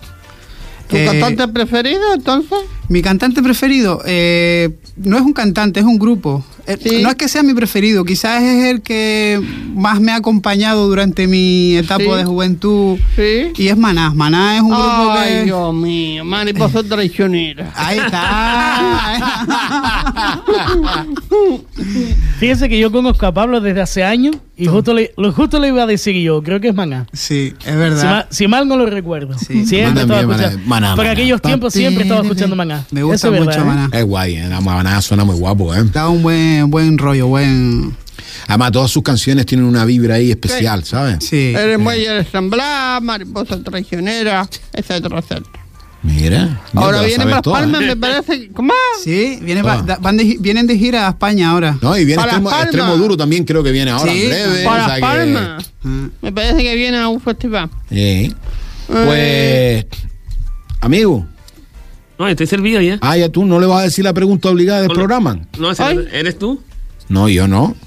B: ¿Tu
G: Eh,
B: cantante preferido, entonces?
G: Mi cantante preferido eh, no es un cantante, es un grupo. Eh,
B: Sí.
G: No es que sea mi preferido, quizás es el que más me ha acompañado durante mi etapa
B: Sí.
G: de juventud.
B: Sí.
G: Y es Maná. Maná es Eh. un grupo
B: Ay,
G: que...
B: Dios mío, mariposa traicionera.
G: Ahí está.
D: Fíjense que yo conozco a Pablo desde hace años y justo le, lo justo le iba a decir yo, creo que es Maná.
G: sí, es
D: Si ma-
G: verdad.
D: si mal, no lo recuerdo.
G: Sí.
D: Siempre
E: Maná,
D: estaba
E: Maná,
D: escuchando.
E: Maná,
D: Por
E: Maná.
D: aquellos tiempos siempre estaba escuchando Maná.
G: Me gusta
D: Eso es verdad,
G: mucho
D: ¿eh?
G: Maná.
E: Es guay, eh, la Maná suena muy guapo, ¿eh?
G: Da un buen, buen rollo, buen.
E: Además, todas sus canciones tienen una vibra ahí especial, ¿sabes?
G: Sí. eh.
B: Eres muelle de San Blas, mariposa traicionera, etcétera, etcétera.
E: Mira. ya te
B: Ahora
E: la
B: viene
E: sabes
B: más
E: todas,
B: palmas,
E: ¿eh?
B: me parece. que- ¿Cómo?
G: Sí, viene
E: Ah.
G: pa- da- van de gi- vienen de gira a España ahora.
E: No, y viene
B: Para
E: extremo,
B: Palma.
E: Extremo duro también, creo que viene ahora
G: Sí,
E: en breve.
B: Para
E: o sea que- Mm.
B: Palma.
G: Ah.
B: Me parece que viene a un festival.
E: Eh. Pues, amigo,
F: No, estoy servido ya.
E: ah, ya tú no le vas a decir la pregunta obligada del
F: Hola.
E: programa.
F: No, ese-
B: Ay.
F: eres tú.
E: No, yo no.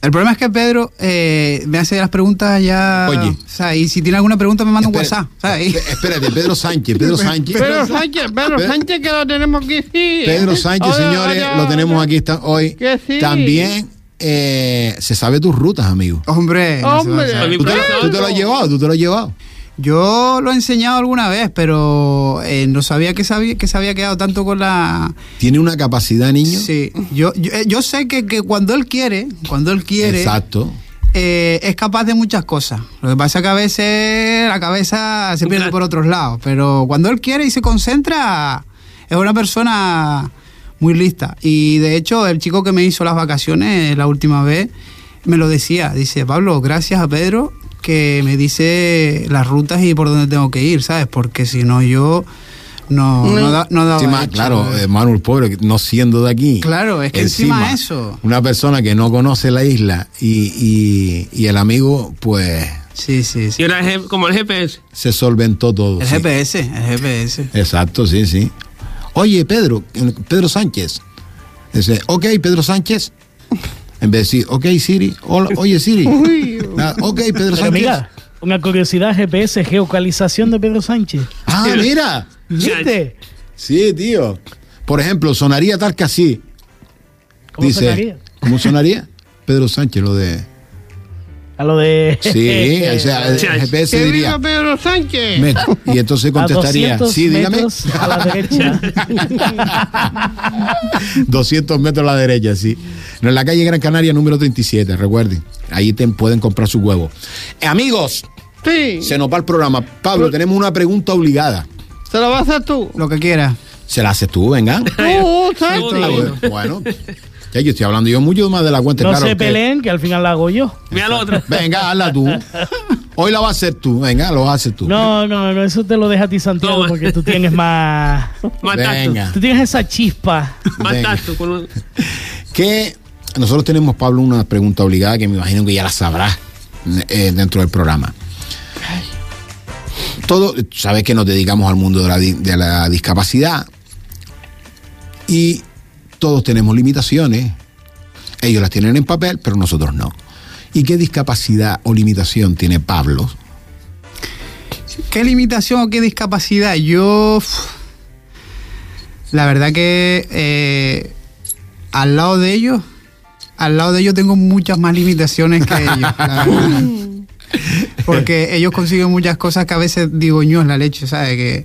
G: El problema es que Pedro eh, me hace las preguntas ya.
E: Oye.
G: O sea, y si tiene alguna pregunta me manda un
E: Espera-
G: WhatsApp. ¿sabes?
E: Esp- Eh, Espérate, Pedro Sánchez, Pedro Sánchez.
B: Pedro Sánchez, Pedro
E: Pe-
B: Sánchez, que lo tenemos aquí, sí.
E: Pedro Sánchez,
B: Ahora,
E: señores,
B: ahora,
E: lo tenemos
B: ahora.
E: aquí está- hoy.
B: Que sí.
E: También eh, se sabe tus rutas, amigo.
G: Hombre. no se va a
B: Hombre.
G: saber.
F: Oye,
E: ¿Tú te,
F: Pedro.
E: tú te lo has llevado, tú te lo has llevado.
G: Yo lo he enseñado alguna vez, pero eh, no sabía que, sabía que se había quedado tanto con la.
E: Tiene una capacidad, niño.
G: Sí. Yo, yo, eh, yo sé que, que cuando él quiere, cuando él quiere.
E: Exacto.
G: eh, es capaz de muchas cosas. Lo que pasa es que a veces la cabeza se pierde
F: Claro.
G: por otros lados, pero cuando él quiere y se concentra, es una persona muy lista. Y de hecho, el chico que me hizo las vacaciones la última vez me lo decía, dice, Pablo, gracias a Pedro que me dice las rutas y por dónde tengo que ir, ¿sabes? Porque si no yo no, no, da- no daba
E: Sí, más,
G: hecho.
E: claro, eh, Manuel Pobre, no siendo de aquí.
G: Claro, es que encima eso.
E: Una persona que no conoce la isla y, y- y el amigo, pues
G: Sí, sí,
F: Y
G: sí.
F: ahora es como el GPS.
E: se solventó todo.
G: El
E: sí.
G: GPS, el GPS.
E: Exacto, sí, sí. Oye, Pedro, Pedro Sánchez. Dice, ok, Pedro Sánchez. En vez de decir, ok, Siri. Hola, oye, Siri. Nada, ok, Pedro
D: Pero
E: Sánchez.
D: mira, una curiosidad GPS, geocalización de Pedro Sánchez.
E: Ah, mira.
D: ¿Viste?
E: Sí, tío. Por ejemplo, sonaría tal que así.
D: ¿Cómo
E: dice,
D: sonaría?
E: ¿Cómo sonaría? Pedro Sánchez, lo de.
D: A lo de...
E: Sí, o sea, el
F: Sí,
E: GPS
B: ¡Que
E: diría.
B: viva Pedro Sánchez!
E: "Met", Y entonces
D: a
E: contestaría,
D: 200
E: sí, dígame.
D: metros A la derecha.
E: 200 metros a la derecha, sí. No, En la calle Gran Canaria, número 37, recuerden. Ahí te pueden comprar sus huevos. Eh, amigos,
B: Sí,
E: se nos va el programa. Pablo, tenemos una pregunta obligada.
B: se lo vas a hacer tú.
G: Lo que quieras.
E: ¿Se la haces tú, venga?
B: ¡Oh, Sánchez!
F: Ay,
E: Ah,
F: bueno.
E: bueno, ya yo estoy hablando yo mucho más de la cuenta.
D: No
E: claro,
D: se
E: que-
D: peleen, que al final la hago yo.
F: Mira la otra.
E: Venga, hazla tú. Hoy la vas a hacer tú, venga, lo vas a hacer tú.
D: No, no, no, eso te lo deja a ti, Santiago,
F: Toma.
D: porque tú tienes más...
F: Más
E: Venga.
F: tacto.
D: Tú tienes esa chispa.
F: Más
E: Venga.
F: tacto. con un-
E: Que nosotros tenemos, Pablo, una pregunta obligada que me imagino que ya la sabrás eh, dentro del programa. Todo, sabes que nos dedicamos al mundo de la, di- de la discapacidad y todos tenemos limitaciones. Ellos las tienen en papel, pero nosotros no. ¿Y qué discapacidad o limitación tiene Pablo?
G: ¿Qué limitación o qué discapacidad? Yo. uf, La verdad que eh, al lado de ellos, al lado de ellos tengo muchas más limitaciones que ellos. la verdad. Porque ellos consiguen muchas cosas que a veces digo ño en la leche, ¿sabes? Que,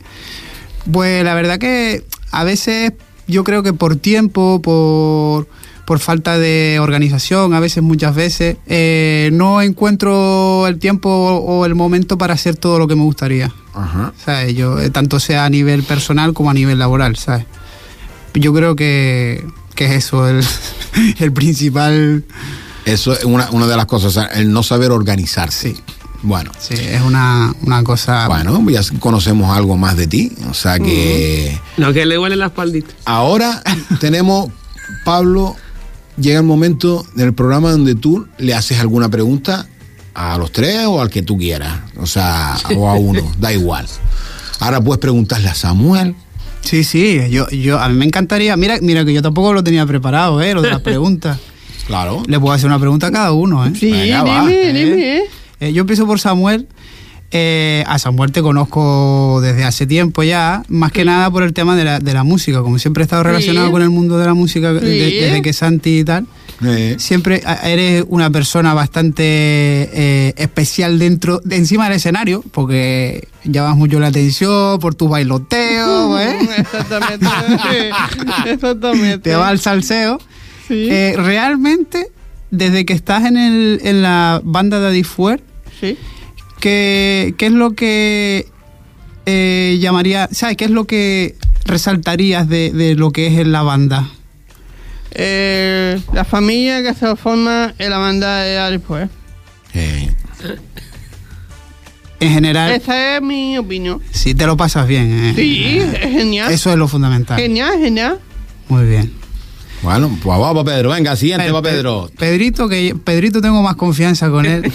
G: pues la verdad que a veces yo creo que por tiempo, por, por falta de organización, a veces, muchas veces, eh, no encuentro el tiempo o el momento para hacer todo lo que me gustaría.
E: Ajá.
G: ¿sabes? Yo, eh, tanto sea a nivel personal como a nivel laboral, ¿sabes? Yo creo que, que es eso, el, el principal.
E: Eso es una, una de las cosas, o sea, el no saber organizarse.
G: Sí. Ah.
E: Bueno,
G: Sí, es una, una cosa.
E: bueno, ya conocemos algo más de ti, o sea que...
F: Lo que le huele la espaldita.
E: Ahora tenemos, Pablo, llega el momento del programa donde tú le haces alguna pregunta a los tres o al que tú quieras, o sea, o a uno, da igual. Ahora puedes preguntarle a Samuel.
G: Sí, sí, yo, yo, a mí me encantaría. Mira, mira que yo tampoco lo tenía preparado, ¿eh? Lo de las preguntas.
E: Claro.
G: Le puedo hacer una pregunta a cada uno, ¿eh?
B: Sí,
E: Venga, va.
B: dime, dime, ¿eh?
G: Eh, yo empiezo por Samuel. Eh, a Samuel te conozco desde hace tiempo ya, más que nada por el tema de la, de la música, como siempre he estado relacionado
B: Sí.
G: con el mundo de la música de-
B: Sí.
G: desde que Santi y tal.
E: Eh,
G: Siempre a- eres una persona bastante eh, especial dentro, de encima del escenario, porque llamas mucho la atención por tus bailoteos, ¿eh?
B: Exactamente. sí, Exactamente.
G: te va al salseo.
B: Sí.
G: Eh, realmente, desde que estás en, el, en la banda de Adifuer,
B: Sí.
G: ¿qué, qué es lo que eh, llamaría, ¿sabes? ¿Qué es lo que resaltarías de, de lo que es en la banda?
B: Eh, la familia que se forma en la banda de pues. Arifuer.
E: eh,
G: En general,
B: Esa es mi opinión.
G: si te lo pasas bien, ¿eh?
E: Ah,
B: Sí, es genial.
G: Eso es lo fundamental.
B: Genial, genial.
G: Muy bien.
E: bueno, pues vamos, Pedro. Venga, siguiente, va
G: Pe- pe-
E: Pedro.
G: Pedrito, que Pedrito tengo más confianza con él.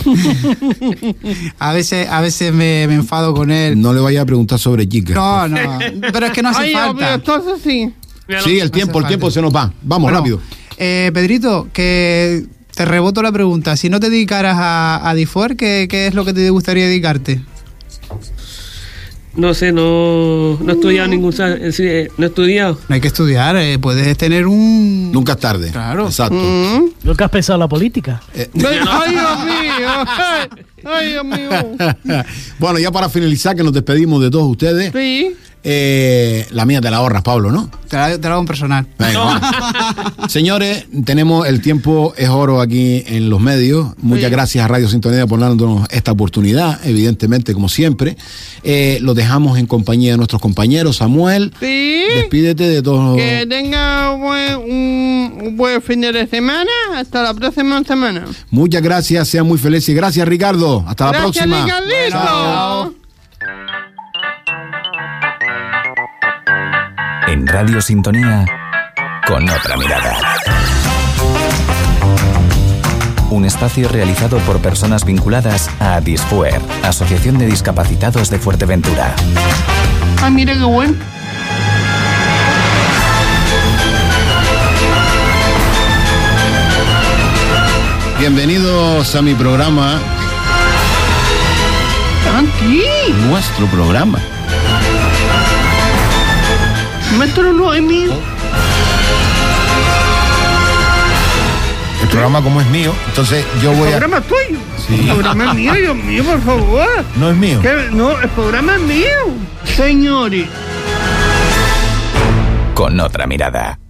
G: a veces, a veces me, me enfado con él.
E: No le vaya a preguntar sobre chicas.
G: No, no. Pero es que no hace
B: Oye, pero
G: falta.
B: entonces sí.
F: Mira
E: Sí,
F: lo-
E: el tiempo, el tiempo se nos va. Vamos,
G: Bueno,
E: rápido.
G: eh, Pedrito, que te reboto la pregunta. Si no te dedicaras a, a Difor, ¿qué, qué es lo que te gustaría dedicarte?
F: No sé, no, no he estudiado ningún. sa- en sí, eh, No he estudiado.
G: No hay que estudiar, eh, puedes tener un...
E: Nunca es tarde. Claro. Exacto.
B: Mm.
D: Nunca has pensado en la política.
B: Ay, Dios mío. Ay, Ay, Dios mío.
E: bueno, ya para finalizar, que nos despedimos de todos ustedes.
B: Sí.
E: eh, la mía te la ahorras, Pablo, ¿no?
G: Te la, te la hago en personal.
E: Venga, vamos. Señores, tenemos el tiempo es oro aquí en los medios. Muchas gracias a Radio Sintonía por darnos esta oportunidad, evidentemente, como siempre. Eh, los dejamos en compañía de nuestros compañeros. Samuel,
B: Sí.
E: despídete de todos.
B: Que tenga buen- un, un buen fin de semana. Hasta la próxima semana.
E: Muchas gracias, sean muy felices. Gracias, Ricardo. Hasta la
B: Gracias,
E: próxima.
B: Ricardito.
A: En Radio Sintonía, con otra mirada. Un espacio realizado por personas vinculadas a Disfuer, Asociación de Discapacitados de Fuerteventura.
B: Ah, mira qué bueno.
E: Bienvenidos a mi programa,
B: Santi,
C: Nuestro programa.
B: mételo en mí.
C: El programa como es mío, entonces yo voy a...
B: programa es tuyo. El programa es mío, Dios mío, por favor.
C: No es mío.
B: Que- No, el programa es mío. Señores.
A: Con otra mirada.